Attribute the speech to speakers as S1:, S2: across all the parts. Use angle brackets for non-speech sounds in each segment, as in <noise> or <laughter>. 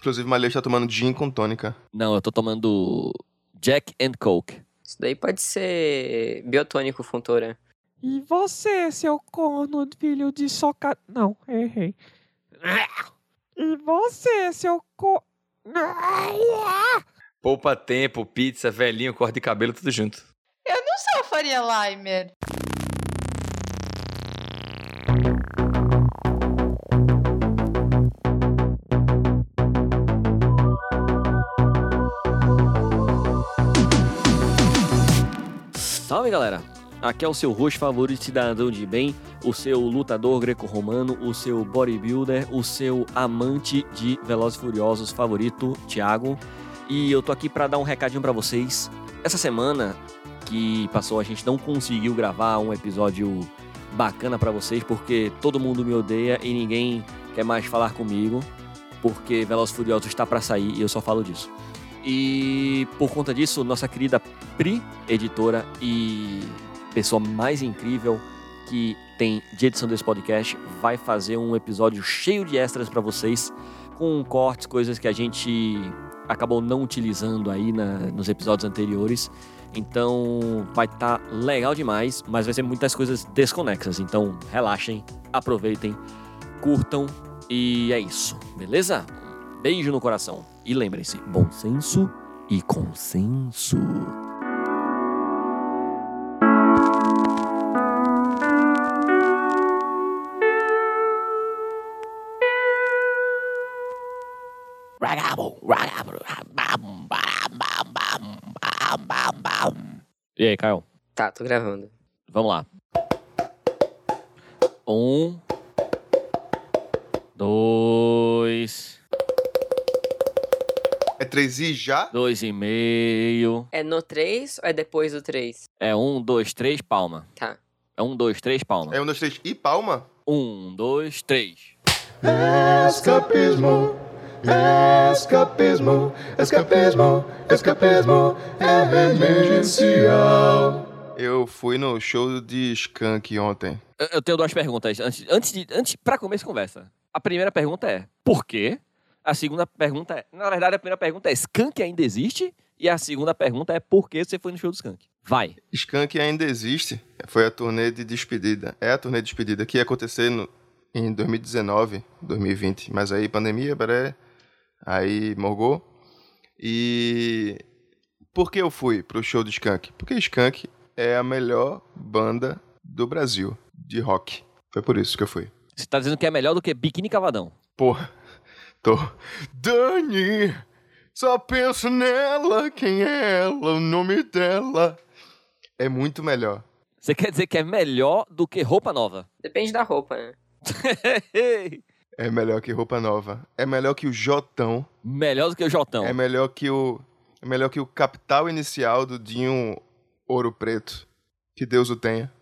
S1: Inclusive, Malê está tomando gin com tônica.
S2: Não, eu tô tomando Jack and Coke.
S3: Isso daí pode ser biotônico, né? Fontoura.
S4: E você, seu corno filho de soca... Não, errei. E você, seu co...
S5: Poupa tempo, pizza, velhinho, corte de cabelo, tudo junto.
S6: Eu não sou Faria Limer.
S2: Salve, galera! Aqui é o seu host favorito, cidadão de bem, o seu lutador greco-romano, o seu bodybuilder, o seu amante de Velozes e Furiosos favorito, Thiago. E eu tô aqui pra dar um recadinho pra vocês. Essa semana que passou, a gente não conseguiu gravar um episódio bacana pra vocês, porque todo mundo me odeia e ninguém quer mais falar comigo, porque Velozes e Furiosos está pra sair e eu só falo disso. E por conta disso, nossa querida Pri, editora e pessoa mais incrível que tem de edição desse podcast, vai fazer um episódio cheio de extras pra vocês, com cortes, coisas que a gente acabou não utilizando aí na- nos episódios anteriores. Então vai estar legal demais, mas vai ser muitas coisas desconexas. Então relaxem, aproveitem, curtam e é isso, beleza? Beijo no coração. E lembrem-se, bom senso e consenso. E aí, Caio?
S3: Tá, tô gravando.
S2: Vamos lá. Um. Dois.
S1: É 3 e já?
S2: Dois e meio.
S3: É no 3 ou é depois do 3?
S2: É um, dois, três, palma.
S3: Tá.
S2: É um, dois, três, palma.
S1: É 1, 2, 3 e palma?
S2: Um, dois, três.
S7: Escapismo, escapismo, escapismo, escapismo emergencial.
S1: Eu fui no show de Skank ontem.
S2: Eu- Eu tenho duas perguntas. Antes, antes, de, antes para começo de conversa. A primeira pergunta é: por quê? A segunda pergunta é: na verdade, a primeira pergunta é: Skunk ainda existe? E a segunda pergunta é: por que você foi no show do Skunk? Vai.
S1: Skank ainda existe. Foi a turnê de despedida. É a turnê de despedida que ia acontecer no- em 2019, 2020. Mas aí pandemia, baré, aí morgou. E por que eu fui pro show do Skank? Porque Skank é a melhor banda do Brasil de rock. Foi por isso que eu fui.
S2: Você tá dizendo que é melhor do que Biquíni Cavadão.
S1: Porra, <laughs> tô. Dani! Só penso nela, quem é ela, o nome dela. É muito melhor.
S2: Você quer dizer que é melhor do que roupa nova?
S3: Depende da roupa, né?
S1: É melhor que roupa nova. É melhor que o Jotão.
S2: melhor do que o Jotão.
S1: É melhor que o. É melhor que o capital inicial do Dinho Ouro Preto. Que Deus o tenha.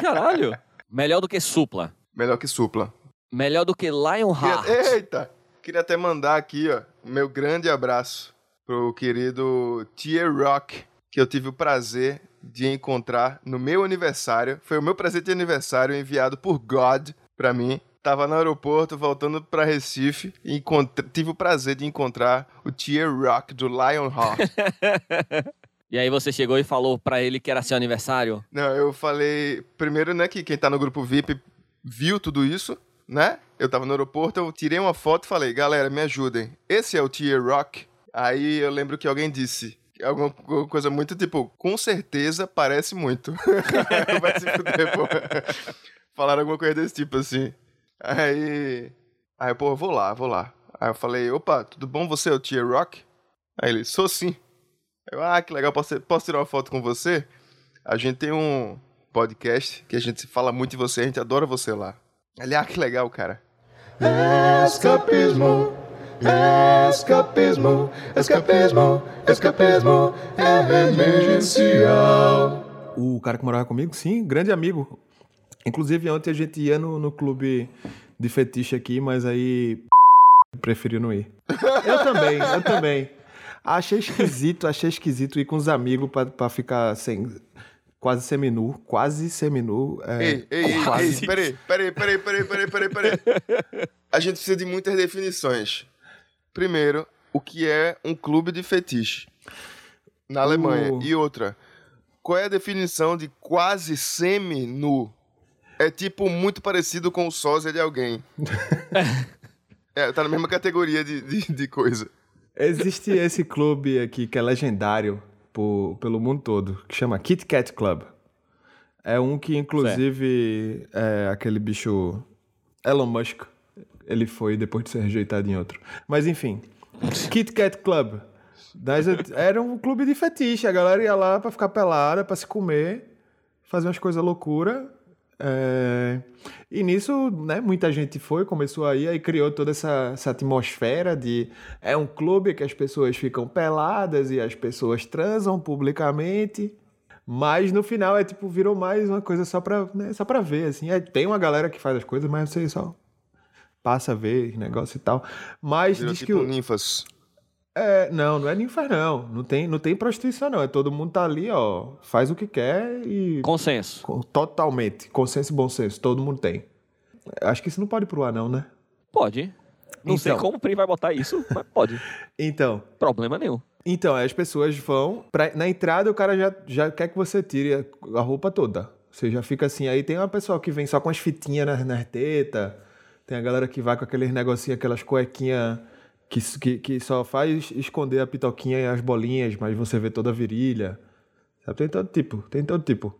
S2: Caralho. melhor do que Supla.
S1: Melhor que supla.
S2: Melhor do que Lionheart.
S1: Queria- Eita! Queria até mandar aqui, ó, o meu grande abraço pro querido Tier Rock, que eu tive o prazer de encontrar no meu aniversário. Foi o meu presente de aniversário enviado por God pra mim. Tava no aeroporto, voltando pra Recife, e encontre- tive o prazer de encontrar o Tier Rock do Lionheart.
S2: E aí você chegou e falou pra ele que era seu aniversário?
S1: Não, eu falei, primeiro, né, que quem tá no grupo VIP viu tudo isso, né? Eu tava no aeroporto, eu tirei uma foto e falei, galera, me ajudem. Esse é o Tier Rock. Aí eu lembro que alguém disse. Alguma co- coisa muito tipo, com certeza parece muito. <laughs> Vai se fuder, pô. Falaram alguma coisa desse tipo assim. Aí. Aí, pô, eu vou lá, vou lá. Aí eu falei, opa, tudo bom? Você é o Tier Rock? Aí ele, sou sim. Eu, ah, que legal, posso, posso tirar uma foto com você? A gente tem um podcast que a gente fala muito de você, a gente adora você lá. Ele, ah, que legal, cara.
S7: Escapismo, escapismo, escapismo, escapismo emergencial. O cara que morava comigo, sim, grande amigo. Inclusive, ontem a gente ia no, no clube de fetiche aqui, mas aí preferiu não ir. Eu também, eu também. Achei esquisito, achei esquisito ir com os amigos pra, pra ficar sem quase seminu, quase seminu. É,
S1: Ei, ei, ei, ei,
S7: quase.
S1: peraí, peraí, peraí, peraí, peraí, peraí, peraí. A gente precisa de muitas definições. Primeiro, o que é um clube de fetiche na Alemanha?
S7: O-
S1: E outra, qual é a definição de quase semi-nu? É tipo muito parecido com o sósia de
S7: <laughs>
S1: alguém. é, tá na mesma categoria de, de, de coisa.
S7: Existe esse clube aqui que é legendário por- pelo mundo todo, que chama Kit Kat Club. É um que, inclusive, é aquele bicho Elon Musk, ele foi depois de ser rejeitado em outro. Mas, enfim, Kit Kat Club. Das- era um clube de fetiche. A galera ia lá pra ficar pelada, pra se comer, fazer umas coisas loucura. É, E nisso, né, muita gente foi, começou aí, aí criou toda essa, essa atmosfera de é um clube que as pessoas ficam peladas e as pessoas transam publicamente. Mas no final é tipo, virou mais uma coisa só pra, né, só pra ver, assim. É, tem uma galera que faz as coisas, mas você só passa a ver negócio e tal. Mas
S1: Virou
S7: diz
S1: tipo
S7: que o,
S1: ninfas.
S7: é, não, não é ninfas, não. Não tem, não tem prostituição, não. É todo mundo tá ali, ó, faz o que quer e.
S2: Consenso.
S7: co- Totalmente. Consenso e bom senso, todo mundo tem. Acho que isso não pode ir pro ar, não, né?
S2: Pode. Não sei
S7: Então.
S2: como o Pri vai botar isso, mas pode.
S7: Então.
S2: Problema nenhum.
S7: Então, aí as pessoas vão. pra- na entrada, o cara já, já quer que você tire a, a roupa toda. Você já fica assim. Aí tem uma pessoa que vem só com as fitinhas nas, nas tetas. Tem a galera que vai com aqueles negocinhos, aquelas cuequinhas que, s- que, que só faz esconder a pitoquinha e as bolinhas, mas você vê toda a virilha. Sabe? Tem todo tipo, tem todo tipo.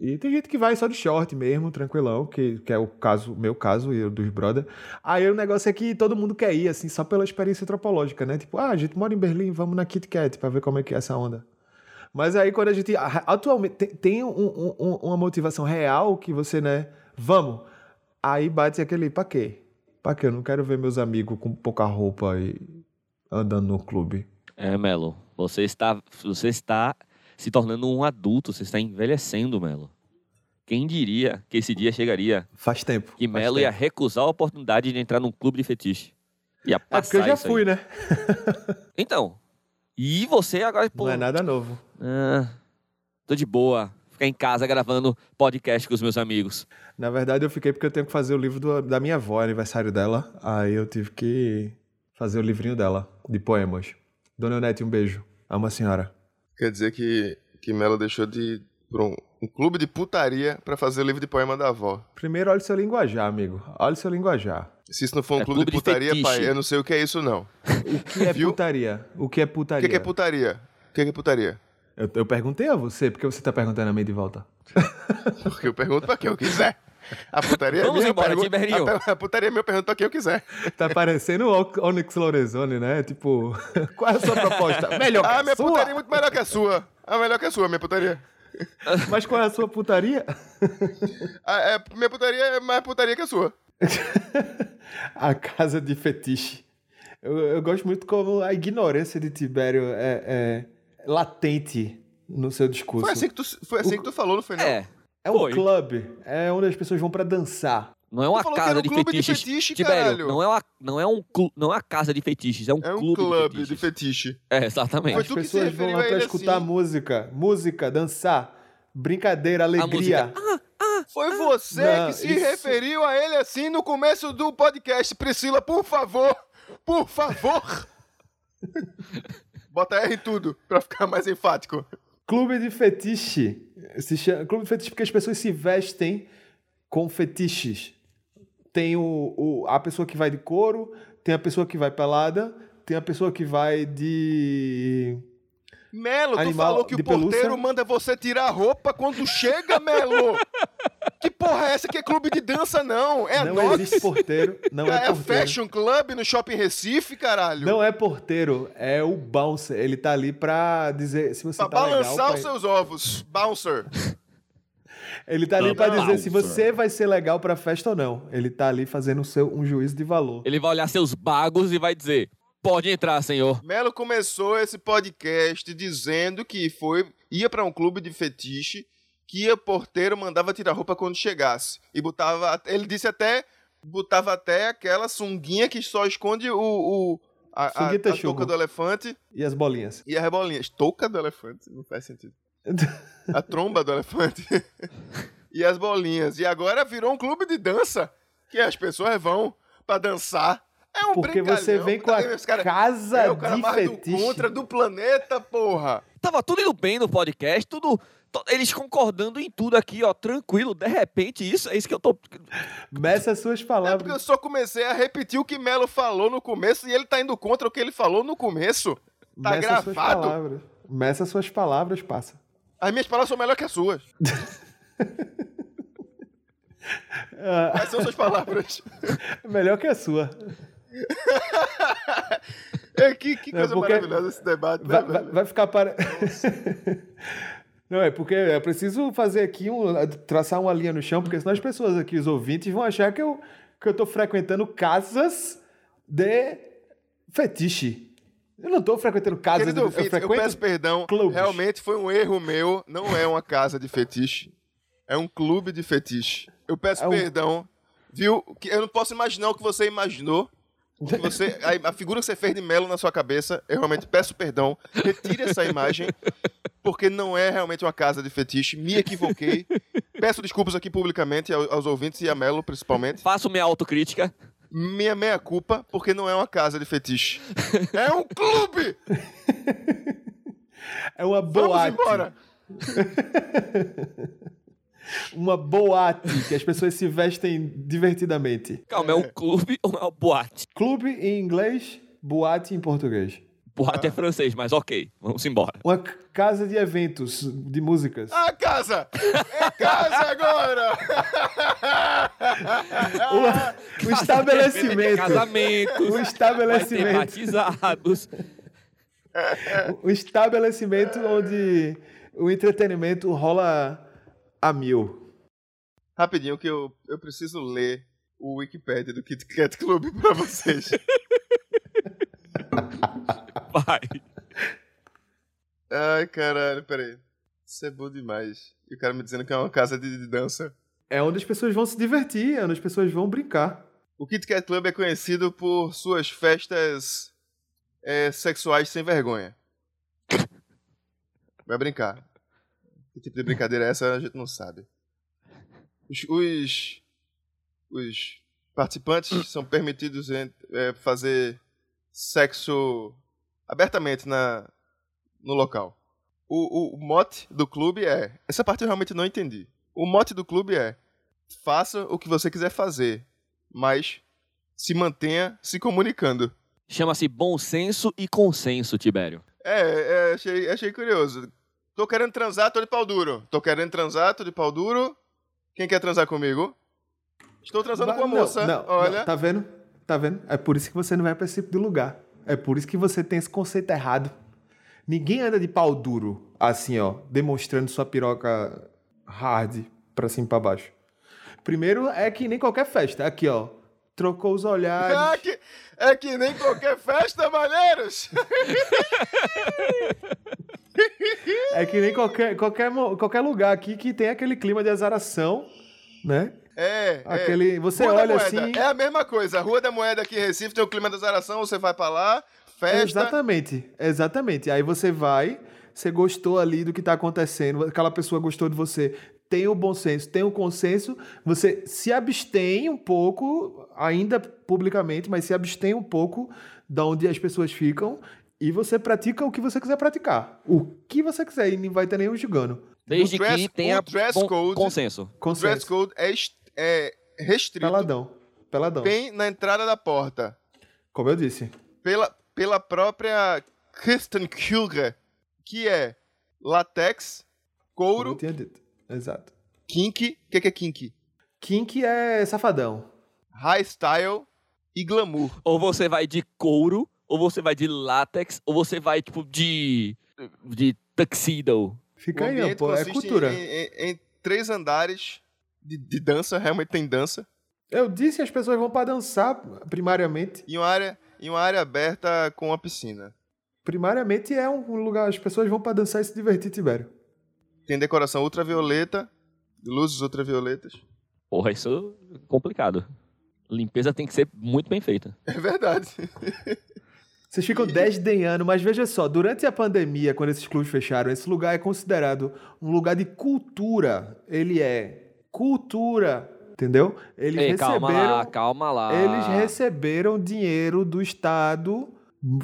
S7: E tem gente que vai só de short mesmo, tranquilão, que, que é o caso, meu caso e o dos brother. Aí o negócio é que todo mundo quer ir, assim, só pela experiência antropológica, né? Tipo, ah, a gente mora em Berlim, vamos na Kit Kat pra ver como é que é essa onda. Mas aí quando a gente. a- Atualmente, tem, tem um- um- um- uma motivação real que você, né? Vamos. Aí bate aquele, pra quê? Pra quê? Eu não quero ver meus amigos com pouca roupa e andando no clube.
S2: É, Melo. Você está, você está se tornando um adulto, você está envelhecendo, Melo. Quem diria que esse dia chegaria
S7: Faz tempo.
S2: que
S7: faz
S2: Melo
S7: tempo.
S2: ia recusar a oportunidade de entrar num clube de fetiche? Ia
S7: É porque
S2: passar
S7: eu já
S2: isso aí.
S7: fui, né?
S2: Então. E você agora, pô.
S7: Não é nada novo.
S2: ah, tô de boa. Ficar em casa gravando podcast com os meus amigos.
S7: Na verdade, eu fiquei porque eu tenho que fazer o livro do- da minha avó, aniversário dela. Aí eu tive que fazer o livrinho dela, de poemas. Dona Onete, um beijo. Amo a senhora.
S1: Quer dizer que, que Melo deixou de ir pra um, um clube de putaria pra fazer o livro de poema da avó.
S7: Primeiro, olha o seu linguajar, amigo. Olha o seu linguajar.
S1: Se isso não for um
S2: É
S1: clube,
S2: clube
S1: de
S2: de
S1: putaria,
S2: fetiche.
S1: pai, eu não sei o que é isso, não.
S7: O que é
S1: Viu?
S7: putaria? O que é
S1: O
S7: putaria?
S1: que, que é putaria? O que, que é putaria?
S7: eu, eu perguntei a você, por que você tá perguntando a mim de volta?
S1: Porque eu pergunto pra quem eu quiser. A putaria
S2: Vamos
S1: é minha, eu
S2: embora,
S1: pergunto-
S2: Tiberinho.
S1: A, pe- a putaria é minha, eu pergunto pra quem eu quiser.
S7: Tá parecendo o O- Onyx Lorenzoni, né? Tipo, <laughs> qual é a sua proposta? Melhor que
S1: Ah,
S7: a
S1: minha
S7: sua?
S1: putaria é muito melhor que a sua. Ah, melhor que a sua, minha putaria.
S7: Mas qual é a sua putaria?
S1: Ah, é, minha putaria é mais putaria que a sua.
S7: <laughs> A casa de fetiche. Eu, eu gosto muito como a ignorância de Tibério é, é latente no seu discurso.
S1: Foi assim que tu, foi assim que tu falou, não foi não?
S2: É.
S7: é um
S2: foi.
S7: clube, é onde as pessoas vão pra dançar.
S2: Não é
S1: Tu
S2: uma
S1: falou que era
S2: casa
S1: um
S2: de
S1: clube de
S2: fetiches.
S1: fetiche,
S2: Tibério,
S1: caralho.
S2: não é uma, não é um clu, não é uma casa de fetiches, é um
S1: É um
S2: clube,
S1: clube
S2: de
S1: de
S2: fetiches.
S1: fetiche.
S2: É, exatamente.
S1: Foi
S7: as
S1: tu que se
S7: pessoas vão
S1: referiu
S7: lá
S1: a
S7: pra
S1: ele
S7: escutar
S1: assim.
S7: música, música, dançar, brincadeira, alegria.
S1: Foi você
S7: Não,
S1: que se
S7: isso-
S1: referiu a ele assim no começo do podcast. Priscila, por favor, por favor. <laughs> Bota R em tudo, pra ficar mais enfático.
S7: Clube de fetiche. Se chama, clube de fetiche porque as pessoas se vestem com fetiches. Tem o, o- a pessoa que vai de couro, tem a pessoa que vai pelada, tem a pessoa que vai de.
S1: Melo, tu
S7: Animal
S1: falou que o
S7: de pelúcia.
S1: porteiro manda você tirar a roupa quando chega, Melo. que porra é essa que é clube de dança, não? É
S7: não
S1: nox.
S7: existe porteiro.
S1: <laughs>
S7: Não é,
S1: É,
S7: porteiro.
S1: fashion club no shopping Recife, caralho.
S7: Não é porteiro, é o bouncer. Ele tá ali pra dizer se você
S1: pra
S7: tá
S1: balançar
S7: legal.
S1: os
S7: pra-
S1: seus ovos. Bouncer.
S7: Ele tá ali pra dizer se
S2: Bouncer.
S7: você vai ser legal pra festa ou não. Ele tá ali fazendo o seu, um juízo de valor.
S2: Ele vai olhar seus bagos e vai dizer: "Pode entrar, senhor".
S1: Melo começou esse podcast dizendo que foi ia pra um clube de fetiche que o porteiro mandava tirar roupa quando chegasse e botava ele disse até botava até aquela sunguinha que só esconde o, o a, a,
S7: Sunguita
S1: a
S7: chugo.
S1: touca do elefante É
S7: E as bolinhas?
S1: e as bolinhas touca do elefante não faz sentido A tromba do elefante. <laughs> e as bolinhas. E agora virou um clube de dança. Que as pessoas vão pra dançar. É um
S7: Porque você
S1: brincalhão,
S7: vem com
S1: tá
S7: a
S1: aí, os cara-
S7: casa
S1: É o cara
S7: de
S1: mais do
S7: fetiche.
S1: contra do planeta, porra.
S2: Tava tudo indo bem no podcast, tudo. to- Eles concordando em tudo aqui, ó, tranquilo. De repente, isso é isso que eu tô.
S7: Meça as suas
S1: É porque eu
S7: palavras.
S1: só comecei a repetir o que Melo falou no começo e ele tá indo contra o que ele falou no começo. tá
S7: Meça as suas
S1: gravado.
S7: palavras. Meça as suas palavras, passa.
S1: As minhas palavras são melhores que as suas.
S7: <laughs> Ah,
S1: Quais são suas palavras?
S7: melhor que a sua.
S1: É, <laughs> que que
S7: Não,
S1: coisa
S7: porque-
S1: maravilhosa esse debate, né,
S7: Vai, vai-
S1: velho?
S7: vai ficar para. <laughs> Não, é porque eu preciso fazer aqui um. traçar uma linha no chão, porque senão as pessoas aqui, os ouvintes, vão achar que eu, que eu tô frequentando casas de fetiche. Eu não tô frequentando casas
S1: Querido
S7: de
S1: ouvinte, eu,
S7: frequento-
S1: peço perdão.
S7: clubes.
S1: Realmente foi um erro meu. Não é uma casa de fetiche. É um clube de fetiche. Eu peço
S7: É um-
S1: perdão. Viu? Que Eu não posso imaginar o que você imaginou. O que
S7: <laughs>
S1: você, a, a figura que você fez de Melo na sua cabeça. Eu realmente peço perdão. Retire essa imagem. Porque não é realmente uma casa de fetiche. Me equivoquei. Peço desculpas aqui publicamente ao- aos ouvintes e a Melo, principalmente.
S2: Faço minha autocrítica.
S1: Minha meia culpa, porque não é uma casa de fetiche. é um clube!
S7: É uma
S1: Vamos
S7: boate.
S1: embora!
S7: Uma boate que as pessoas se vestem divertidamente.
S2: Calma, é um clube ou é uma boate?
S7: Clube em inglês, boate em português.
S2: Boate é francês, mas ok, vamos embora.
S7: Uma c- casa de eventos, de músicas.
S1: A casa! É casa agora! ah,
S7: Uma- o
S2: <laughs>
S7: estabelecimento.
S2: Casamentos.
S7: O
S2: Vai ter
S7: estabelecimento.
S2: batizados.
S7: O estabelecimento onde o entretenimento rola a mil.
S1: Rapidinho, que eu, eu preciso ler o Wikipedia do Kit Kat Club <laughs> pra vocês.
S2: Vai.
S1: Ai, caralho, peraí. Isso é bom demais. E o cara me dizendo que é uma casa de, de dança.
S7: É onde as pessoas vão se divertir, é onde as pessoas vão brincar.
S1: O Kit Kat Club é conhecido por suas festas é, sexuais sem vergonha. Vai brincar. Que tipo de brincadeira é essa, a gente não sabe. Os, os, os participantes são permitidos em- é, fazer sexo abertamente na, no local. O, o- o mote do clube é. Essa parte eu realmente não entendi. O mote do clube é: faça o que você quiser fazer, mas se mantenha se comunicando.
S2: Chama-se bom senso e consenso, Tibério.
S1: É, é, achei, achei curioso. Tô querendo transar, tô de pau duro. Tô querendo transar, tô de pau duro. Quem quer transar comigo? Estou transando
S7: Ba-
S1: com a
S7: não,
S1: moça.
S7: não,
S1: Olha.
S7: não, tá vendo? Tá vendo? É por isso que você não vai pra esse tipo de lugar. É por isso que você tem esse conceito errado. Ninguém anda de pau duro, assim, ó, demonstrando sua piroca hard pra cima e pra baixo. Primeiro é que nem qualquer festa. Aqui, ó. Trocou
S1: <laughs>
S7: os
S1: É,
S7: olhares.
S1: que, é que nem qualquer festa, maneiros.
S7: É que nem qualquer, qualquer, mo- qualquer lugar aqui que tem aquele clima de azaração, né?
S1: <laughs> É. é.
S7: Aquele. Você
S1: Rua da
S7: olha
S1: Moeda,
S7: assim.
S1: É a mesma coisa. Rua da Moeda aqui em Recife tem o clima da zaração, você vai pra lá, festa.
S7: Exatamente, exatamente. Aí você vai, você gostou ali do que tá acontecendo, aquela pessoa gostou de você, tem o bom senso, tem o consenso, você se abstém um pouco, ainda publicamente, mas se abstém um pouco da onde as pessoas ficam e você pratica o que você quiser praticar. O que você quiser e não vai ter nenhum julgando.
S2: Desde
S1: O dress-
S2: que tenha
S1: o dress
S2: bom
S1: code-
S2: consenso.
S1: O dress
S7: Consenso.
S1: code é, est- é restrito.
S7: Peladão. Peladão.
S1: Bem na entrada da porta.
S7: Como eu disse.
S1: pela, pela própria Kristen Kluger, que é latex,
S7: Como eu
S1: couro,
S7: tinha dito. Exato.
S1: kink, o que, que é kink?
S7: Kink é safadão.
S1: High style e glamour.
S2: Ou você vai de couro, ou você vai de látex, ou você vai, tipo, de. de tuxedo.
S7: Fica
S1: o
S7: aí, ó,
S1: ambiente
S7: pô. É
S1: consiste
S7: cultura.
S1: Em, em- em três andares de, de dança, realmente tem dança,
S7: Eu disse que as pessoas vão pra dançar primariamente.
S1: e uma área, e uma área aberta com uma piscina.
S7: Primariamente é um lugar as pessoas vão pra dançar e se divertir, Tibério.
S1: Tem decoração ultravioleta, luzes ultravioletas.
S2: Porra, isso é
S7: É
S2: complicado. Limpeza tem que ser muito bem feita.
S1: É verdade.
S7: Vocês ficam desdenhando, mas veja só, durante a pandemia, quando esses clubes fecharam, esse lugar é considerado um lugar de cultura. Ele é cultura, entendeu? Eles
S2: Ei, É, calma lá, calma lá.
S7: eles receberam dinheiro do Estado,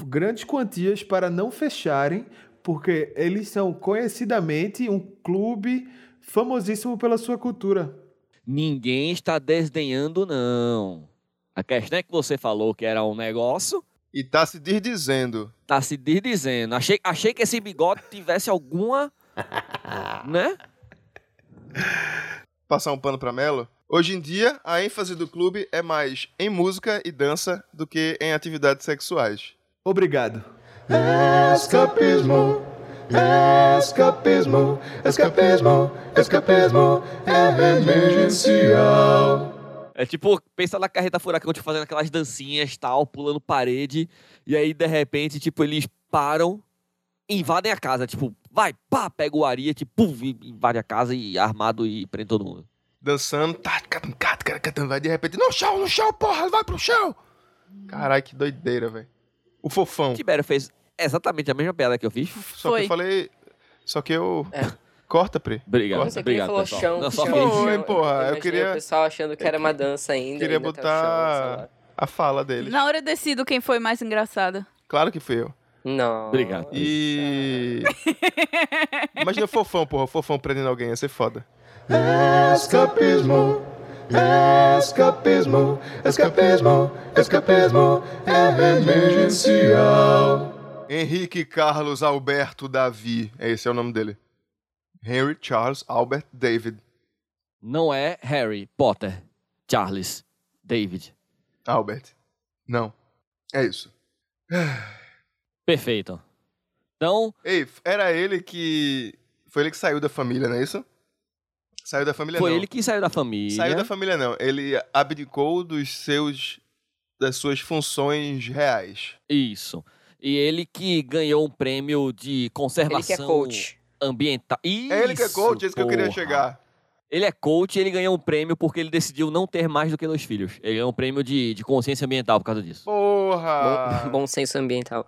S7: grandes quantias, para não fecharem, porque eles são conhecidamente um clube famosíssimo pela sua cultura.
S2: Ninguém está desdenhando, não. A questão é que você falou que era um negócio,
S1: E tá se desdizendo.
S2: tá se desdizendo. Achei, achei que esse bigode tivesse
S7: <laughs>
S2: alguma. né?
S1: Passar um pano pra Melo. Hoje em dia, a ênfase do clube é mais em música e dança do que em atividades sexuais.
S7: Obrigado.
S8: Escapismo, escapismo, escapismo, escapismo é emergencial.
S2: É tipo, pensa na carreta furacão, tipo, fazendo aquelas dancinhas tal, pulando parede. E aí, de repente, tipo, eles param, invadem a casa. Tipo, vai, pá, pega o aria, tipo, pum, e invade a casa e armado e prende todo mundo.
S1: Dançando. tá, catum, catum, catum, catum, Vai de repente. No chão, no chão, porra, vai pro chão. Caralho, que doideira, velho. O fofão.
S2: Tibério fez exatamente a mesma piada que eu fiz.
S1: Só que
S6: Foi.
S1: eu falei. Só que eu. <laughs> Corta, Pri.
S2: Obrigado,
S1: Nossa,
S3: Você queria
S2: obrigado,
S3: falar
S2: pessoal.
S3: chão,
S2: Não, só
S3: chão,
S1: chão.
S2: fiz.
S1: Foi,
S3: chão.
S1: porra, eu
S3: imaginei
S1: queria-
S3: o pessoal achando que era uma dança ainda.
S1: queria
S3: indo até o
S1: botar-
S3: chão, sei lá.
S1: A fala dele.
S9: Na hora eu decido quem foi mais engraçado.
S1: Claro que fui eu.
S3: Não.
S2: Obrigado. <laughs>
S1: E. Imagina o fofão, porra. O fofão prendendo alguém, ia ser foda.
S8: Escapismo, escapismo, escapismo, escapismo é emergencial.
S1: Henrique Carlos Alberto Davi. Esse é o nome dele. Henry Charles Albert David.
S2: Não é Harry Potter, Charles, David.
S1: Albert. Não. É isso.
S2: Perfeito. Então,
S1: Ei, era ele que. Foi ele que saiu da família, não é isso? Saiu da família
S2: foi
S1: não.
S2: ele que saiu da família.
S1: Saiu da família não. Ele abdicou dos seus. das suas funções reais.
S2: Isso. E ele que ganhou um prêmio de conservação
S3: Ele que é coach.
S2: ambiental. Isso,
S1: É ele que é coach, é isso que eu queria
S2: porra.
S1: chegar.
S2: Ele é coach e ele ganhou um prêmio porque ele decidiu não ter mais do que dois filhos. Ele ganhou um prêmio de, de consciência ambiental por causa disso.
S1: Porra!
S3: Bom, bom senso ambiental.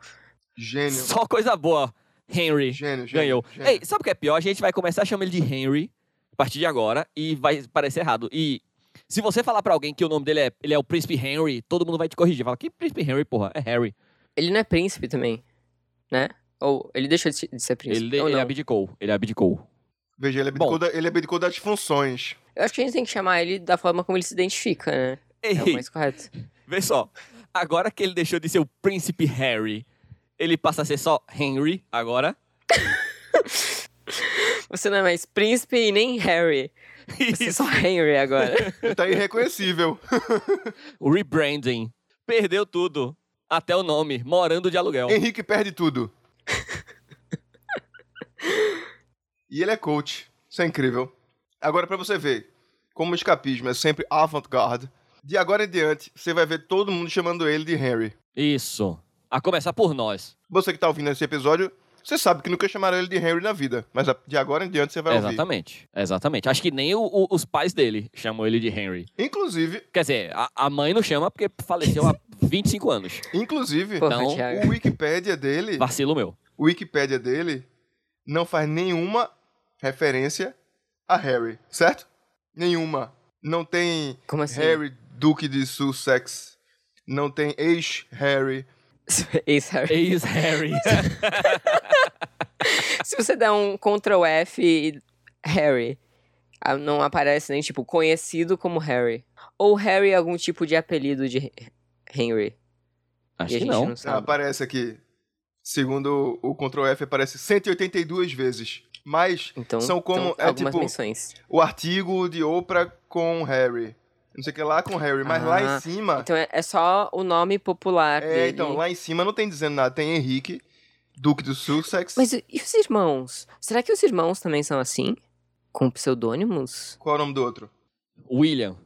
S1: Gênio.
S2: Só coisa boa, Henry.
S1: Gênio, gênio.
S2: Ganhou.
S1: gênio.
S2: Ei, sabe o que é pior? A gente vai começar a chamar ele de Henry a partir de agora e vai parecer errado. E se você falar pra alguém que o nome dele é, ele é o príncipe Henry, todo mundo vai te corrigir. Fala, que príncipe Henry, porra? É Harry.
S3: Ele não é príncipe também, né? Ou ele deixou de se- de ser príncipe.
S2: Ele,
S3: ou
S2: ele é
S3: não.
S2: abdicou. Ele abdicou.
S1: Veja, ele abdicou, da- ele abdicou das funções.
S3: Eu acho que a gente tem que chamar ele da forma como ele se identifica, né?
S2: Ei,
S3: É o mais correto.
S2: vê só. Agora que ele deixou de ser o príncipe Harry, ele passa a ser só Henry agora.
S3: Você não é mais príncipe e nem Harry. Você é só
S2: <laughs>
S3: Henry agora.
S1: Ele tá irreconhecível.
S2: O rebranding. Perdeu tudo. Até o nome. Morando de aluguel.
S1: Henrique perde tudo. e ele é coach. Isso é incrível. Agora, pra você ver, como o escapismo é sempre avant-garde, de agora em diante, você vai ver todo mundo chamando ele de Henry.
S2: Isso. A começar por nós.
S1: Você que tá ouvindo esse episódio, você sabe que nunca chamaram ele de Henry na vida. Mas a- de agora em diante você vai ouvir.
S2: Exatamente. Exatamente. Acho que nem o- o- os pais dele chamam ele de Henry.
S1: Inclusive,
S2: Quer dizer, a, a mãe não chama porque faleceu
S1: <laughs>
S2: há 25 anos.
S1: inclusive,
S3: Porra,
S2: Então,
S3: Thiago.
S1: o Wikipédia dele.
S2: Vacilo meu.
S1: o Wikipédia dele não faz nenhuma referência a Harry, certo? Nenhuma. Não tem
S3: Como assim? <laughs>
S1: Harry Duque de Sussex. Não tem ex-Harry.
S3: Ex-Harry.
S1: <laughs>
S2: Ex-Harry.
S3: Se você der um Ctrl F e Harry, ah, não aparece nem, tipo, conhecido como Harry. Ou Harry é algum tipo de apelido de He- Henry. e
S2: Acho
S3: a
S2: que
S3: gente
S2: não.
S3: não sabe.
S1: Aparece aqui. Segundo o Ctrl F, aparece 182 vezes. Mas
S3: Então,
S1: São como-
S3: então,
S1: é
S3: algumas
S1: tipo-
S3: menções.
S1: o artigo de Oprah com Harry. Não sei o que lá com Harry. Mas lá
S3: Ah,
S1: em cima.
S3: Então é, é só o nome popular
S1: é,
S3: dele.
S1: então, lá em cima não tem dizendo nada. Tem Henrique, Duque de Sussex.
S3: Mas e os irmãos? Será que os irmãos também são assim? Com pseudônimos?
S1: Qual é o nome do outro?
S2: William.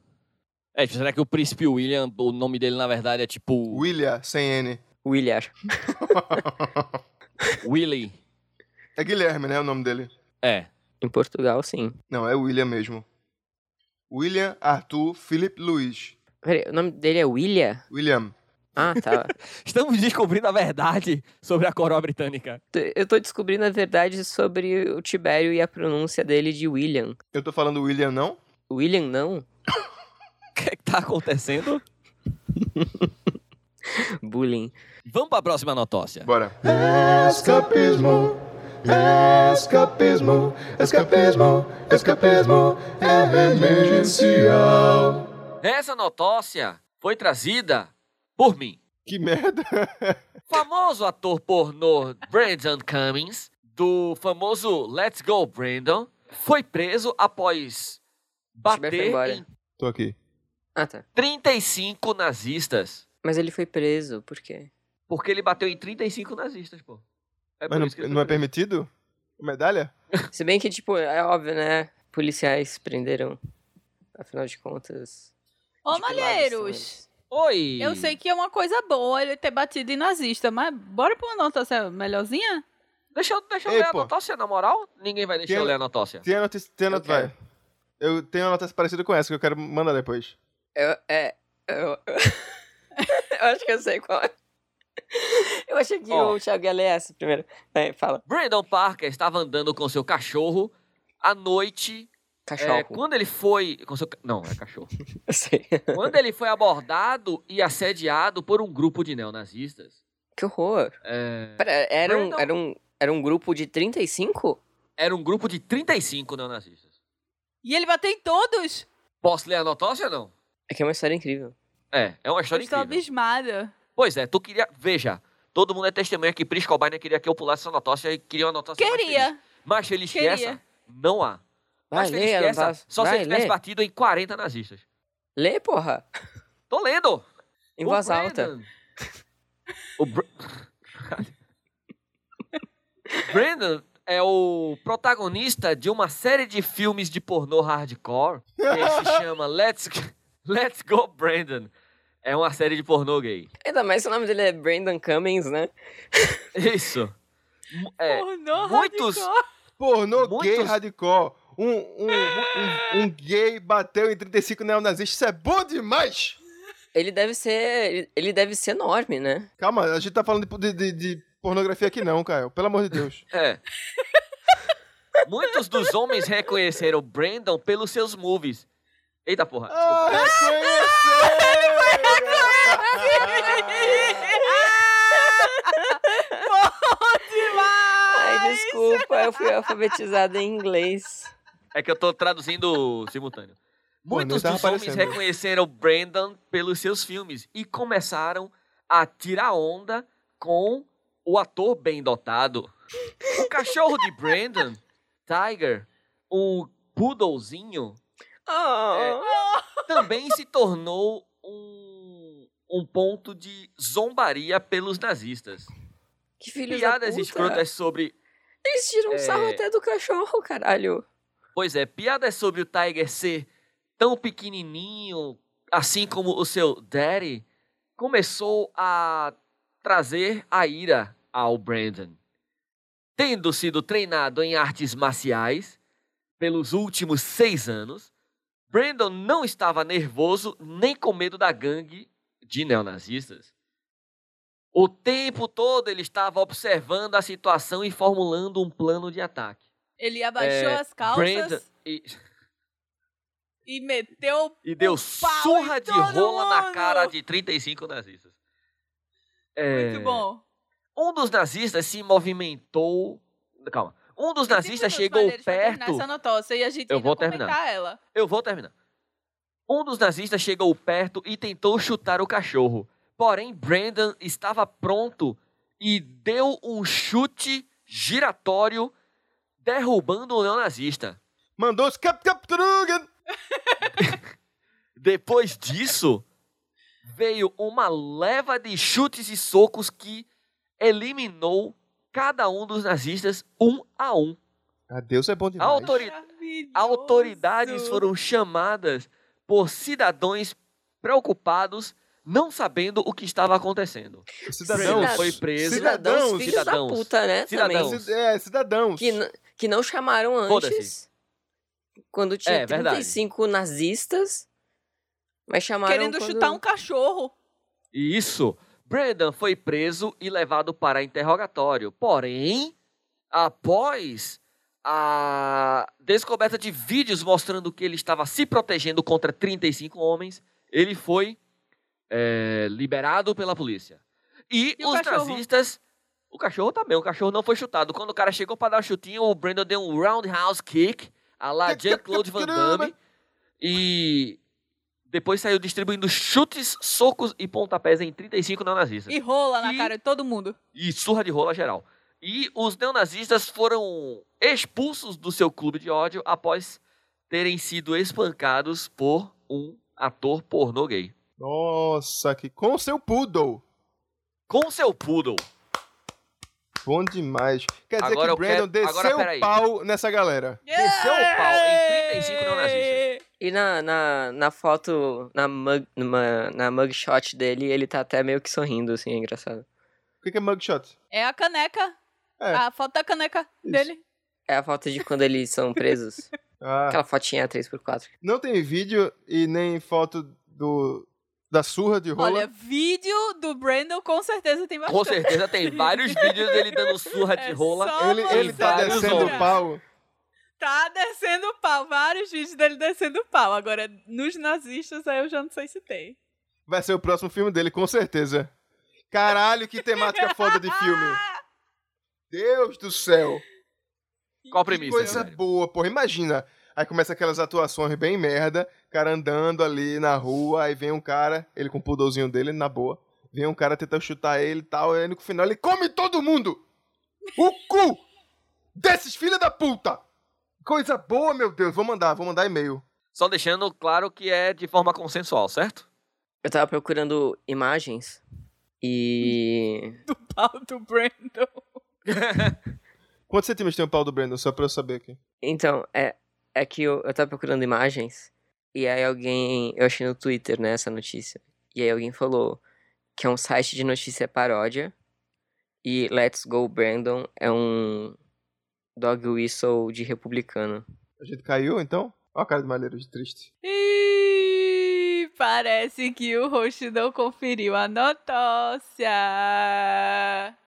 S2: É, será que o príncipe William, o nome dele na verdade é tipo
S1: William, sem N.
S3: William.
S2: Willy?
S1: É Guilherme, né? O nome dele.
S2: É.
S3: Em Portugal, sim.
S1: Não, é William mesmo. William Arthur Philip Luiz.
S3: Peraí, o nome dele é William?
S1: William.
S3: Ah, tá.
S2: Estamos descobrindo a verdade sobre a coroa britânica.
S3: T- Eu tô descobrindo a verdade sobre o Tibério e a pronúncia dele de William.
S1: Eu tô falando William, não?
S3: William não?
S2: O que é que tá acontecendo?
S3: Bullying.
S2: Vamos pra próxima notócia.
S1: Bora.
S8: Escapismo, escapismo, escapismo, escapismo é emergencial.
S2: Essa notócia foi trazida por mim.
S1: Que merda.
S2: O <laughs> famoso ator pornô Brandon Cummings, do famoso Let's Go Brandon, foi preso após
S3: Tibério foi
S2: bater
S3: embora.
S2: em
S1: Tô aqui.
S3: Ah, tá.
S2: 35 nazistas.
S3: Mas ele foi preso, por quê?
S2: Porque ele bateu em 35 nazistas, pô. É por
S1: Mas
S2: isso que
S1: não,
S2: ele
S1: não é
S2: foi preso.
S1: permitido? Medalha?
S3: Se bem que, tipo, é óbvio, né? Policiais prenderam. Afinal de contas.
S9: Ô,
S3: de que lado são
S9: Malheiros,
S3: eles?
S2: Oi!
S9: eu sei que é uma coisa boa ele ter batido em nazista, mas bora pra uma notação melhorzinha?
S2: Deixa eu, deixa eu
S1: Ei,
S2: ler
S1: pô.
S2: a notócia, na moral? Ninguém vai deixar
S1: Quem-
S2: eu ler a notócia.
S1: Tem um- a notícia. Tem a
S3: Eu
S1: not- vai. Eu tenho uma notícia parecida com essa que eu quero mandar depois.
S3: Eu, é. Eu, <laughs> eu acho que eu sei qual é. Eu achei que
S2: Ó.
S3: o Thiago ia ler essa primeiro. Vai, fala.
S2: Brandon Parker estava andando com seu cachorro à noite. é,
S3: Cachorro.
S2: quando ele foi. Com seu, ca- não, é cachorro.
S3: <laughs> Eu sei.
S2: quando ele foi abordado e assediado por um grupo de neonazistas.
S3: Que horror.
S2: É,
S3: Pera, era um,
S2: Brandon-
S3: era, um, era um grupo de 35?
S2: era um grupo de 35 neonazistas.
S9: E ele bateu em todos?
S2: Posso ler a notócia ou não?
S3: É que é uma história incrível.
S2: É, é uma
S9: Eu
S2: história
S9: estou
S2: incrível.
S9: abismada.
S2: Pois é, tu queria. Veja, todo mundo é testemunha que Pris Cobain queria que eu pulasse essa notócia e queria uma notócia. é mais feliz.
S9: Queria.
S2: Mais feliz que
S9: Queria.
S2: essa? Não há.
S3: Vai,
S2: Mais feliz
S3: lê,
S2: que essa?
S3: Anastácio.
S2: Só se
S3: Vai,
S2: ele tivesse
S3: lê.
S2: batido em 40 nazistas.
S3: Lê, porra.
S2: Tô lendo!
S3: Em
S2: O
S3: voz alta.
S2: Brandon. O Br... <laughs> Brandon é o protagonista de uma série de filmes de pornô hardcore que
S3: <laughs>
S2: se chama Let's, Let's Go Brandon. É uma série de pornô gay.
S3: Ainda mais se o nome dele é Brandon Cummings, né?
S2: Isso. É,
S9: Pornô
S2: muitos-
S9: hardcore.
S1: Pornô
S2: Muitos-
S1: gay radical. Um, um, um, um gay bateu em 35 neonazistas. Isso é bom demais!
S3: Ele deve ser. ele- Ele deve ser enorme, né?
S1: Calma, a gente tá falando de, de- de pornografia aqui não, Caio. Pelo amor de
S2: <laughs>
S1: Deus.
S2: É. Muitos dos homens reconheceram Brandon pelos seus movies. Eita porra. desculpa.
S1: Ah, reconheceu!
S3: Ai, desculpa, eu fui alfabetizada em
S2: <laughs>
S3: inglês.
S2: É que eu tô traduzindo simultâneo.
S1: <laughs> Pô, nem
S2: Muitos
S1: tava
S2: dos homens
S1: aparecendo.
S2: reconheceram Brandon pelos seus filmes e começaram a tirar onda com o ator bem dotado. O cachorro de Brandon, Tiger, um poodlezinho, Oh. também se tornou um, um ponto de zombaria pelos nazistas.
S3: Que filho da
S2: Piadas
S3: puta.
S2: escrotas sobre
S3: Eles tiram um sarro
S2: É.
S3: até do cachorro, caralho.
S2: Pois é, piadas sobre o Tiger ser tão pequenininho, assim como o seu daddy, começou a trazer a ira ao Brandon. Tendo sido treinado em artes marciais pelos últimos seis anos, Brandon não estava nervoso nem com medo da gangue de neonazistas. O tempo todo ele estava observando a situação e formulando um plano de ataque.
S9: Ele abaixou
S2: É,
S9: as calças
S2: Brandon e,
S9: e meteu
S2: e deu
S9: um pau
S2: surra
S9: em
S2: de
S9: todo
S2: rola na
S9: mundo.
S2: cara de 35 nazistas. É,
S9: Muito bom.
S2: Um dos nazistas se movimentou. Calma. Um dos nazistas
S9: Cinco
S2: chegou
S9: minutos, Valerio, pra terminar
S2: perto.
S9: Essa notócia, e a gente
S2: Eu
S9: ainda
S2: vou terminar.
S9: comentar ela.
S2: Eu vou terminar. Um dos nazistas chegou perto e tentou chutar o cachorro. Porém, Brandon estava pronto e deu um chute giratório, derrubando o neonazista.
S1: Mandou os cap cap trugen.
S2: Depois disso, veio uma leva de chutes e socos que eliminou cada um dos nazistas um a um.
S1: Ah, Deus é bom demais.
S2: Autor- Autori-
S9: Maravilhoso.
S2: Autoridades foram chamadas por cidadãos preocupados, não sabendo o que estava acontecendo.
S1: Cidadãos.
S2: Foi preso.
S1: Cidadãos.
S3: filhos
S2: cidadãos.
S3: da puta, né?
S2: Cidadãos.
S3: Também.
S1: Cid- É, cidadãos.
S3: Que, n- que não chamaram
S2: Foda-se.
S3: antes. Quando tinha
S2: É, verdade.
S3: 35 nazistas. Mas chamaram.
S9: Querendo
S3: quando-
S9: chutar um cachorro.
S2: E Isso. Brandon foi preso e levado para interrogatório. Porém, após a descoberta de vídeos mostrando que ele estava se protegendo contra 35 homens, ele foi eh, liberado pela polícia. E,
S9: E o
S2: os
S9: cachorro?
S2: nazistas. O cachorro também, o cachorro não foi chutado. Quando o cara chegou para dar o chutinho, o Brandon deu um roundhouse kick a la Jean-Claude Van Damme. E depois saiu distribuindo chutes, socos e pontapés em 35 neonazistas.
S9: E rola na
S2: E-
S9: cara de todo mundo.
S2: E surra de rola geral. E os neonazistas foram expulsos do seu clube de ódio após terem sido espancados por um ator pornô gay.
S1: Nossa, que com o seu poodle.
S2: Com seu poodle.
S1: Bom demais. Quer dizer
S2: Agora
S1: que
S2: eu
S1: o Brandon
S2: quero- agora,
S1: desceu
S2: peraí.
S1: o pau nessa galera.
S2: Desceu o pau em 35 neonazistas.
S3: E na, na, na foto, na, mug, numa- na mugshot dele, ele tá até meio que sorrindo, assim, é engraçado.
S1: O que que é mugshot?
S9: É a caneca.
S1: É.
S9: A foto da caneca
S1: Isso.
S9: dele.
S3: É a foto de quando eles são <laughs> presos.
S1: Ah,
S3: Aquela fotinha 3x4.
S1: não tem vídeo e nem foto do da surra de rola.
S9: Olha, vídeo do Brandon com certeza tem bastante.
S2: Com certeza tem vários vídeos dele dando surra de
S9: É
S2: rola.
S9: só
S1: ele ele tá
S2: vários
S1: descendo
S2: outros.
S1: o pau.
S9: Tá descendo o pau. Vários vídeos dele descendo o pau. Agora, nos nazistas, aí eu já não sei se tem. <laughs>
S1: Vai ser o próximo filme dele, com certeza. Caralho, que temática foda de filme. Deus do céu.
S2: Qual a
S1: Que
S2: premissa?
S1: coisa
S2: velho?
S1: boa, porra. Imagina. Aí começa aquelas atuações bem merda, cara andando ali na rua, aí vem um cara, ele com o pudolzinho dele, na boa. Vem um cara tentar chutar ele e tal, aí no final ele come todo mundo! O cu! Desses filha da puta! Coisa boa, meu Deus. Vou mandar, vou mandar e-mail.
S2: Só deixando claro que é de forma consensual,
S9: <laughs>
S2: certo?
S3: Eu tava procurando imagens e.
S9: Pau do Brandon.
S1: Quantos centímetros tem o pau do Brandon? Só pra eu saber aqui.
S3: Então, é, é que eu, eu tava procurando imagens e aí alguém. Eu achei no Twitter, né, essa notícia. E aí alguém falou que é um site de notícia paródia e Let's Go Brandon é um dog whistle de republicano.
S1: A gente caiu, então? Ó a cara de malheiro de triste.
S9: Ih, parece que o host não conferiu a notócia.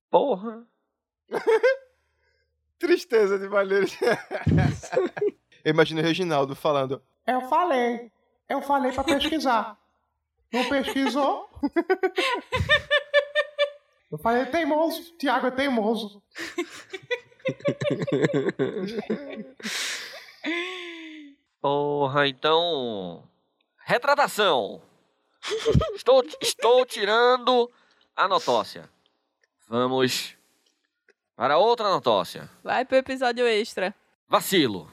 S2: Porra.
S1: Tristeza de <laughs> malheiro. eu imagino o Reginaldo falando.
S8: Eu falei. Eu falei pra pesquisar. Não pesquisou? Eu falei, teimoso. Tiago é teimoso.
S2: Porra, então. Retratação! estou, estou tirando a notócia. Vamos para outra notócia.
S9: Vai pro episódio extra.
S2: Vacilo.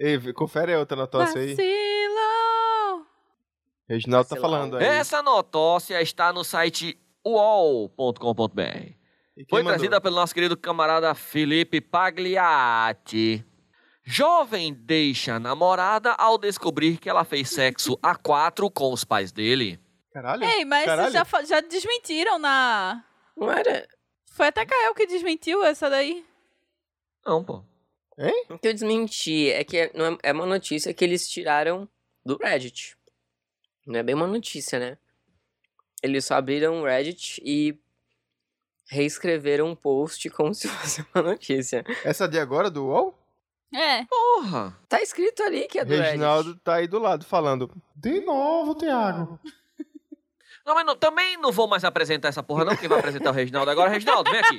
S1: Ei, confere a outra notócia aí.
S9: Vacilo!
S1: Reginaldo tá
S3: Sei lá.
S1: falando aí.
S2: Essa notócia está no site uol.com.br.
S1: E quem
S2: Foi
S1: mandou?
S2: trazida pelo nosso querido camarada Felipe Pagliatti. Jovem deixa namorada ao descobrir que ela fez sexo a quatro com os pais dele.
S1: Caralho.
S9: Ei, mas
S1: Caralho.
S9: vocês já, fa- já desmentiram na...
S3: Não era.
S9: Foi até Kael que desmentiu essa daí.
S2: Não, pô.
S3: O que eu desmenti é que é, não é, é uma notícia que eles tiraram do Reddit. Não é bem uma notícia, né? Eles só abriram o Reddit e reescreveram um post <laughs> como se fosse uma notícia.
S1: Essa de agora do UOL?
S9: É.
S2: Porra!
S3: Tá escrito ali que é do
S1: Reginaldo
S3: Reddit.
S1: tá aí do lado falando.
S8: De novo, Tiago.
S2: Não, mas não- também não vou mais apresentar essa porra, não. Quem vai apresentar é o Reginaldo agora? Reginaldo, vem aqui.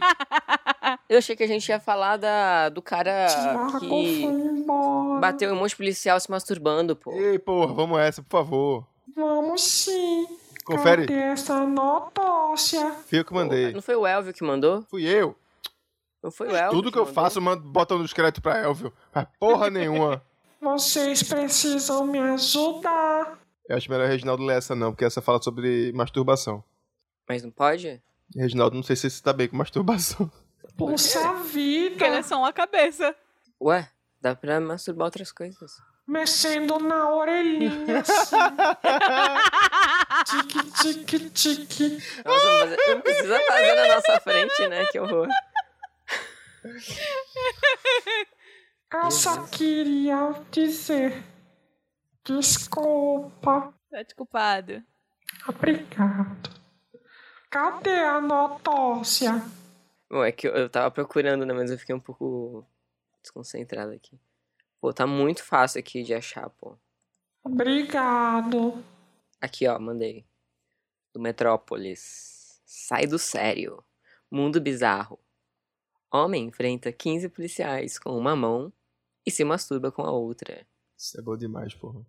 S3: Eu achei que a gente ia falar da, do cara
S4: Tiago
S3: que
S4: foi embora.
S3: bateu em um monte de policial se masturbando, pô.
S1: Ei, porra, vamos a essa, por favor.
S4: Vamos sim.
S1: Confere.
S4: Cadê essa notócia?
S1: Fui eu que mandei.
S3: Não foi o Elvio que mandou?
S1: Fui eu.
S3: Não foi o Elvio
S1: Tudo que eu
S3: mandou?
S1: faço, mando, botam nos créditos pra Elvio. Mas porra nenhuma.
S4: Vocês precisam me ajudar.
S1: Eu acho melhor o Reginaldo ler essa não, porque essa fala sobre masturbação.
S3: Mas não pode?
S1: Reginaldo, não sei se você tá bem com masturbação. <laughs>
S4: Puxa
S9: Porque ele é
S4: vida.
S9: só uma cabeça.
S3: Ué, dá pra masturbar outras coisas.
S4: Mexendo na orelhinha assim. tique, tique, tique.
S3: Nossa, mas não precisa fazer na nossa frente, né? Que horror.
S4: Eu só queria dizer. Desculpa.
S9: Tá desculpado.
S4: Obrigado. Cadê a notócia?
S3: Bom, é que eu, eu tava procurando, né? Mas eu fiquei um pouco desconcentrado aqui. Pô, tá muito fácil aqui de achar, pô.
S4: Obrigado.
S3: Aqui, ó, mandei. Do Metrópolis. Sai do sério. Mundo bizarro. Homem enfrenta 15 policiais com uma mão e se masturba com a outra.
S1: Isso é bom demais, porra.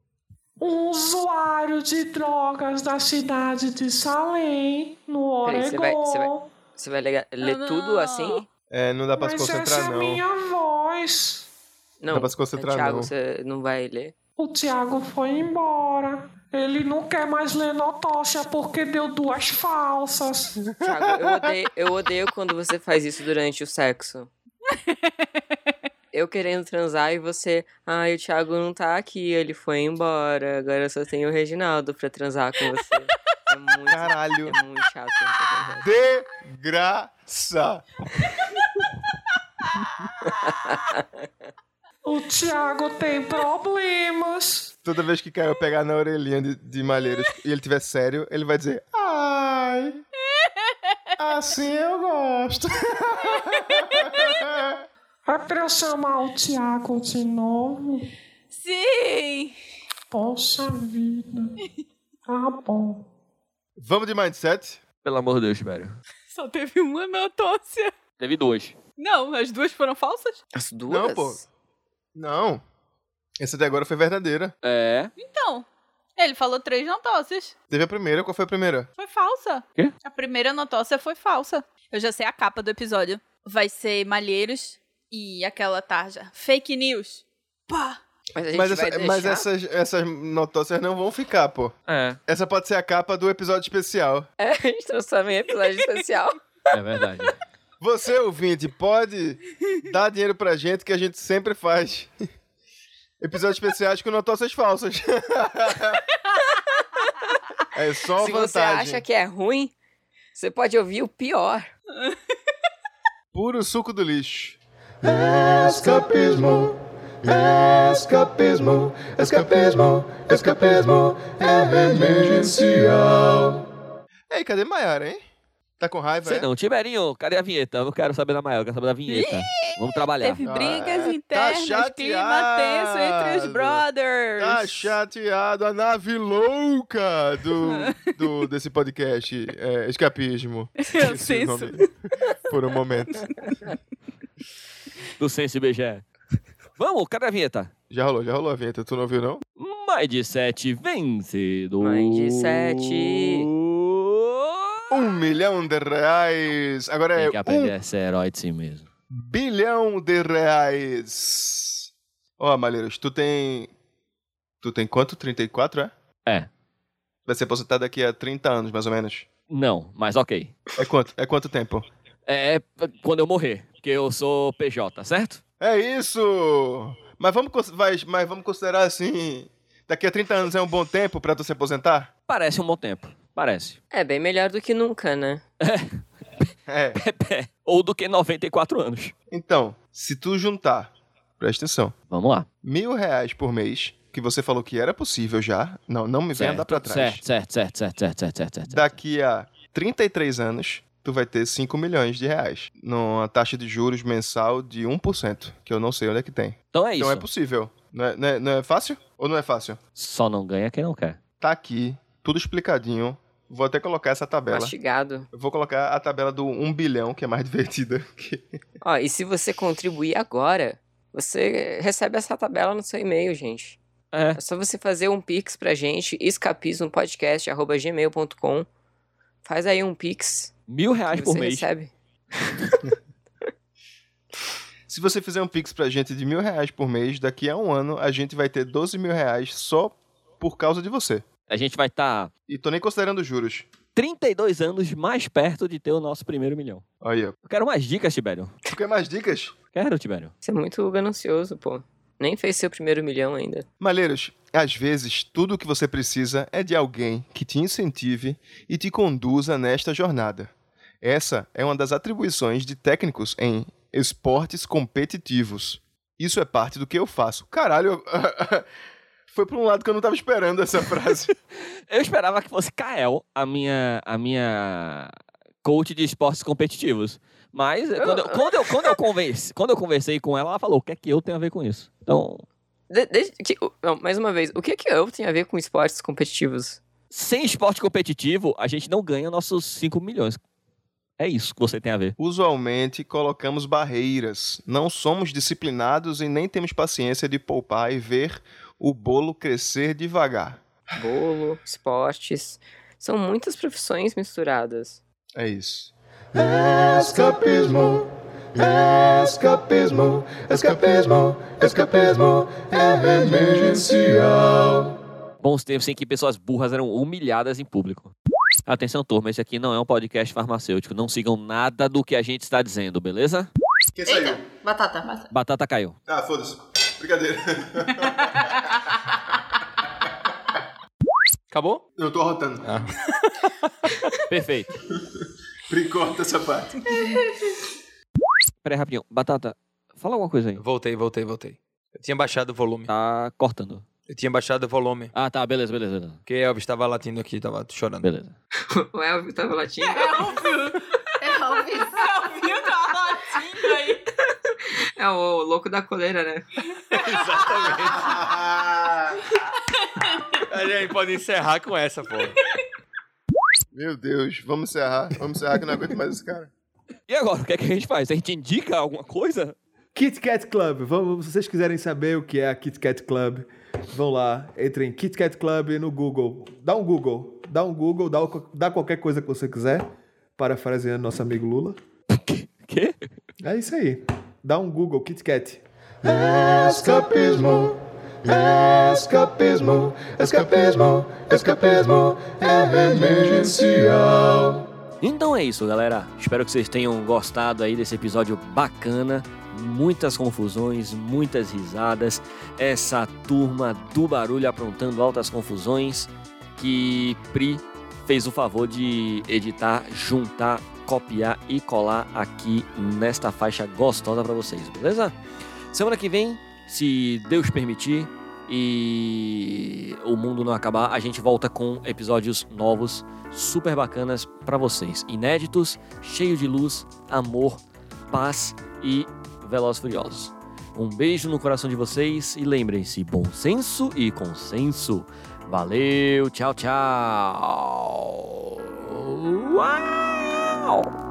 S4: Um usuário de drogas da cidade de Salem, no Oregon.
S3: Peraí, você vai- você vai- Você vai lega- ler
S1: Ah,
S9: não.
S3: tudo assim?
S1: É, não dá pra se
S4: Mas essa
S1: concentrar,
S4: é a
S1: não.
S4: minha voz.
S3: Não,
S1: Dá pra se concentrar,
S3: Thiago,
S1: não.
S3: você não vai ler?
S4: O Thiago foi embora. Ele não quer mais ler notócia porque deu duas falsas.
S3: Thiago, eu odeio, eu odeio quando você faz isso durante o sexo. Eu querendo transar e você. Ai, o Thiago não tá aqui, ele foi embora. Agora eu só tenho o Reginaldo pra transar com você. É muito,
S1: Caralho.
S3: é muito chato. quando isso acontece.
S1: Degraça.
S4: O Thiago tem problemas.
S1: Toda vez que Caio pegar na orelhinha de, de Malheiros e ele tiver sério, ele vai dizer:
S8: Ai. Assim eu gosto.
S4: É pra eu chamar o Thiago de novo?
S9: Sim!
S4: Poxa vida. Tá bom.
S1: Vamos de mindset?
S2: <laughs> Pelo amor de Deus, velho.
S9: Só teve uma notócia.
S2: Teve dois.
S9: Não, as duas foram falsas?
S3: As duas?
S1: pô. Não. Essa de agora foi verdadeira.
S2: É.
S9: Então, ele falou três notócias.
S1: Teve a primeira, qual foi a primeira?
S9: Foi falsa.
S2: Quê?
S9: A primeira notócia foi falsa. Eu já sei a capa do episódio. Vai ser Malheiros e aquela tarja. Fake news. Pá!
S3: Mas a gente
S1: Mas,
S3: vai
S1: essa- é,
S3: deixar...
S1: mas essas, essas notócias não vão ficar, pô.
S2: É.
S1: Essa pode ser a capa do episódio especial.
S3: É, <laughs> a gente transforma em episódio especial.
S2: É verdade.
S1: Você, ouvinte, pode dar dinheiro pra gente, que a gente sempre faz <laughs> episódios especiais com notócias falsas. <laughs> é só uma
S3: Se
S1: vantagem.
S3: você acha que é ruim, você pode ouvir o pior.
S1: Puro suco do lixo.
S7: Escapismo, escapismo, escapismo, escapismo emergencial.
S1: Ei, cadê Maiara, hein? Tá com raiva,
S2: Sei
S1: é?
S2: não, Tiberinho, cadê a vinheta? Eu não quero saber da maior, eu quero saber da vinheta. Vamos trabalhar.
S9: Teve
S1: Ah,
S9: brigas
S1: tá
S9: internas, clima tenso entre
S1: chateado.
S9: os
S2: é
S9: brothers.
S1: Tá chateado, a nave louca do, do-
S3: <laughs>
S1: desse podcast. é, escapismo.
S9: Eu
S1: Esqueci
S9: sei
S1: o
S9: isso.
S1: nome Por um momento.
S2: Do Senso IBGE. Vamos, cadê a vinheta?
S1: Já rolou, já rolou a vinheta. Tu não ouviu, não?
S2: Mais de 7 vencedor.
S3: Mindset.
S1: Um milhão de reais. Agora é
S2: Tem que aprender
S1: um
S2: a ser herói de si mesmo.
S1: bilhão de reais. Ó, Malheiros, tu tem... Tu tem quanto? 34, é?
S2: É.
S1: Vai ser aposentado daqui a 30 anos, mais ou menos.
S2: Não, mas ok.
S1: É quanto? É quanto tempo?
S2: É p- quando eu morrer, porque eu sou PJ, certo?
S1: É isso! Mas vamos, cons- vai- mas vamos considerar assim. Daqui a 30 anos é um bom tempo pra tu se aposentar?
S2: Parece um bom tempo. Parece.
S3: É bem melhor do que nunca, né?
S1: É.
S2: Ou do que 94 anos.
S1: Então, se tu juntar, presta atenção,
S2: Vamos lá.
S1: mil reais por mês, que você falou que era possível já, não, não me venha
S2: Certo,
S1: andar pra trás.
S2: Certo, certo, certo, certo, certo, certo, certo, certo.
S1: Daqui a 33 anos, tu vai ter 5 milhões de reais. Numa taxa de juros mensal de 1%, que eu não sei onde é que tem.
S2: Então é isso.
S1: Então é possível. Não é- não é- não é fácil? Ou não é fácil?
S2: Só não ganha quem não quer.
S1: Tá aqui, tudo explicadinho. Vou até colocar essa tabela.
S3: Mastigado.
S1: Eu vou colocar a tabela do 1 bilhão, que é mais <laughs> divertida. que-
S3: Ó, e se você contribuir agora, você recebe essa tabela no seu e-mail, gente.
S2: É.
S3: É só você fazer um pix pra gente, escapismopodcast.gmail.com. Faz aí um pix.
S2: Mil
S3: que
S2: reais por
S3: você
S2: mês.
S3: recebe.
S1: Se você fizer um pix pra gente de mil reais por mês, daqui a um ano a gente vai ter 12 mil reais só por causa de você.
S2: A gente vai tá estar
S1: E tô nem considerando juros.
S2: 32 anos mais perto de ter o nosso primeiro milhão.
S1: Olha,
S2: Eu quero mais dicas, Tibério.
S1: tu quer mais dicas?
S2: Quero, Tibério.
S3: Você é muito ganancioso, pô. Nem fez seu primeiro milhão ainda.
S1: Malheiros, às vezes tudo o que você precisa é de alguém que te incentive e te conduza nesta jornada. Essa é uma das atribuições de técnicos em esportes competitivos. Isso é parte do que eu faço. Caralho, <laughs> foi pra um lado que eu não tava esperando essa frase.
S2: Eu esperava que fosse Kael a minha, a minha coach de esportes competitivos. Mas eh, quando eu, quando eu, quando eu, convenci- quando eu conversei com ela, ela falou: o que é que eu tenho a ver com isso? Então,
S3: De- deixa- que- não, mais uma vez, o que que eu tenho a ver com esportes competitivos?
S2: sem esporte competitivo, a gente não ganha nossos 5 milhões. É isso que você tem a ver.
S1: Usualmente colocamos barreiras, não somos disciplinados e nem temos paciência de poupar e ver o bolo crescer devagar.
S3: Bolo, esportes. São muitas profissões misturadas.
S1: É isso.
S7: Escapismo, escapismo, escapismo, escapismo é emergencial.
S2: Bons tempos em que pessoas burras eram humilhadas em público. Atenção, turma, esse aqui não é um podcast farmacêutico. Não sigam nada do que a gente está dizendo, beleza?
S1: Quem
S6: Eita, batata. batata.
S2: Batata caiu.
S1: Ah, foda-se. Brincadeira. <laughs>
S5: Acabou?
S1: Eu tô arrotando.
S2: Perfeito.
S1: Brincota essa parte. <laughs>
S2: Peraí, rapidinho. Batata, fala alguma coisa aí.
S5: Voltei, voltei, voltei. Eu tinha baixado o volume.
S2: Tá cortando.
S5: Eu tinha baixado o volume.
S2: Ah, tá, beleza, beleza, beleza.
S5: Porque Elvis tava latindo aqui, tava chorando. <laughs>
S2: Beleza.
S3: <laughs> O Elvio tava latindo.
S6: É óbvio.
S9: Viu? Tá latindo aí.
S3: É o louco da coleira, né?
S1: Ah.
S5: A gente pode encerrar com essa, pô.
S1: Meu Deus, vamos encerrar. Vamos encerrar que eu não aguento mais esse cara.
S2: E agora, o que é que a gente faz? A gente indica alguma coisa?
S7: Kit Kat Club, vamos, se vocês quiserem saber o que é a Kit Kat Club, vão lá, entrem em Kit Kat Club no Google. Dá um Google, dá um Google, dá, o- dá qualquer coisa que você quiser, parafraseando nosso amigo Lula.
S2: Quê?
S7: É isso aí. Dá um Google, Kit Kat. Escapismo, escapismo, escapismo, escapismo é emergencial.
S2: Então é isso, galera. Espero que vocês tenham gostado aí desse episódio bacana. Muitas confusões, muitas risadas. Essa turma do barulho aprontando altas confusões que Pri fez o favor de editar, juntar, copiar e colar aqui nesta faixa gostosa pra vocês, beleza? Semana que vem, se Deus permitir e o mundo não acabar, a gente volta com episódios novos super bacanas pra vocês. Inéditos, cheio de luz, amor, paz e Velozes e Furiosos. Um beijo no coração de vocês e lembrem-se, bom senso e consenso. Valeu, tchau, tchau. Uau!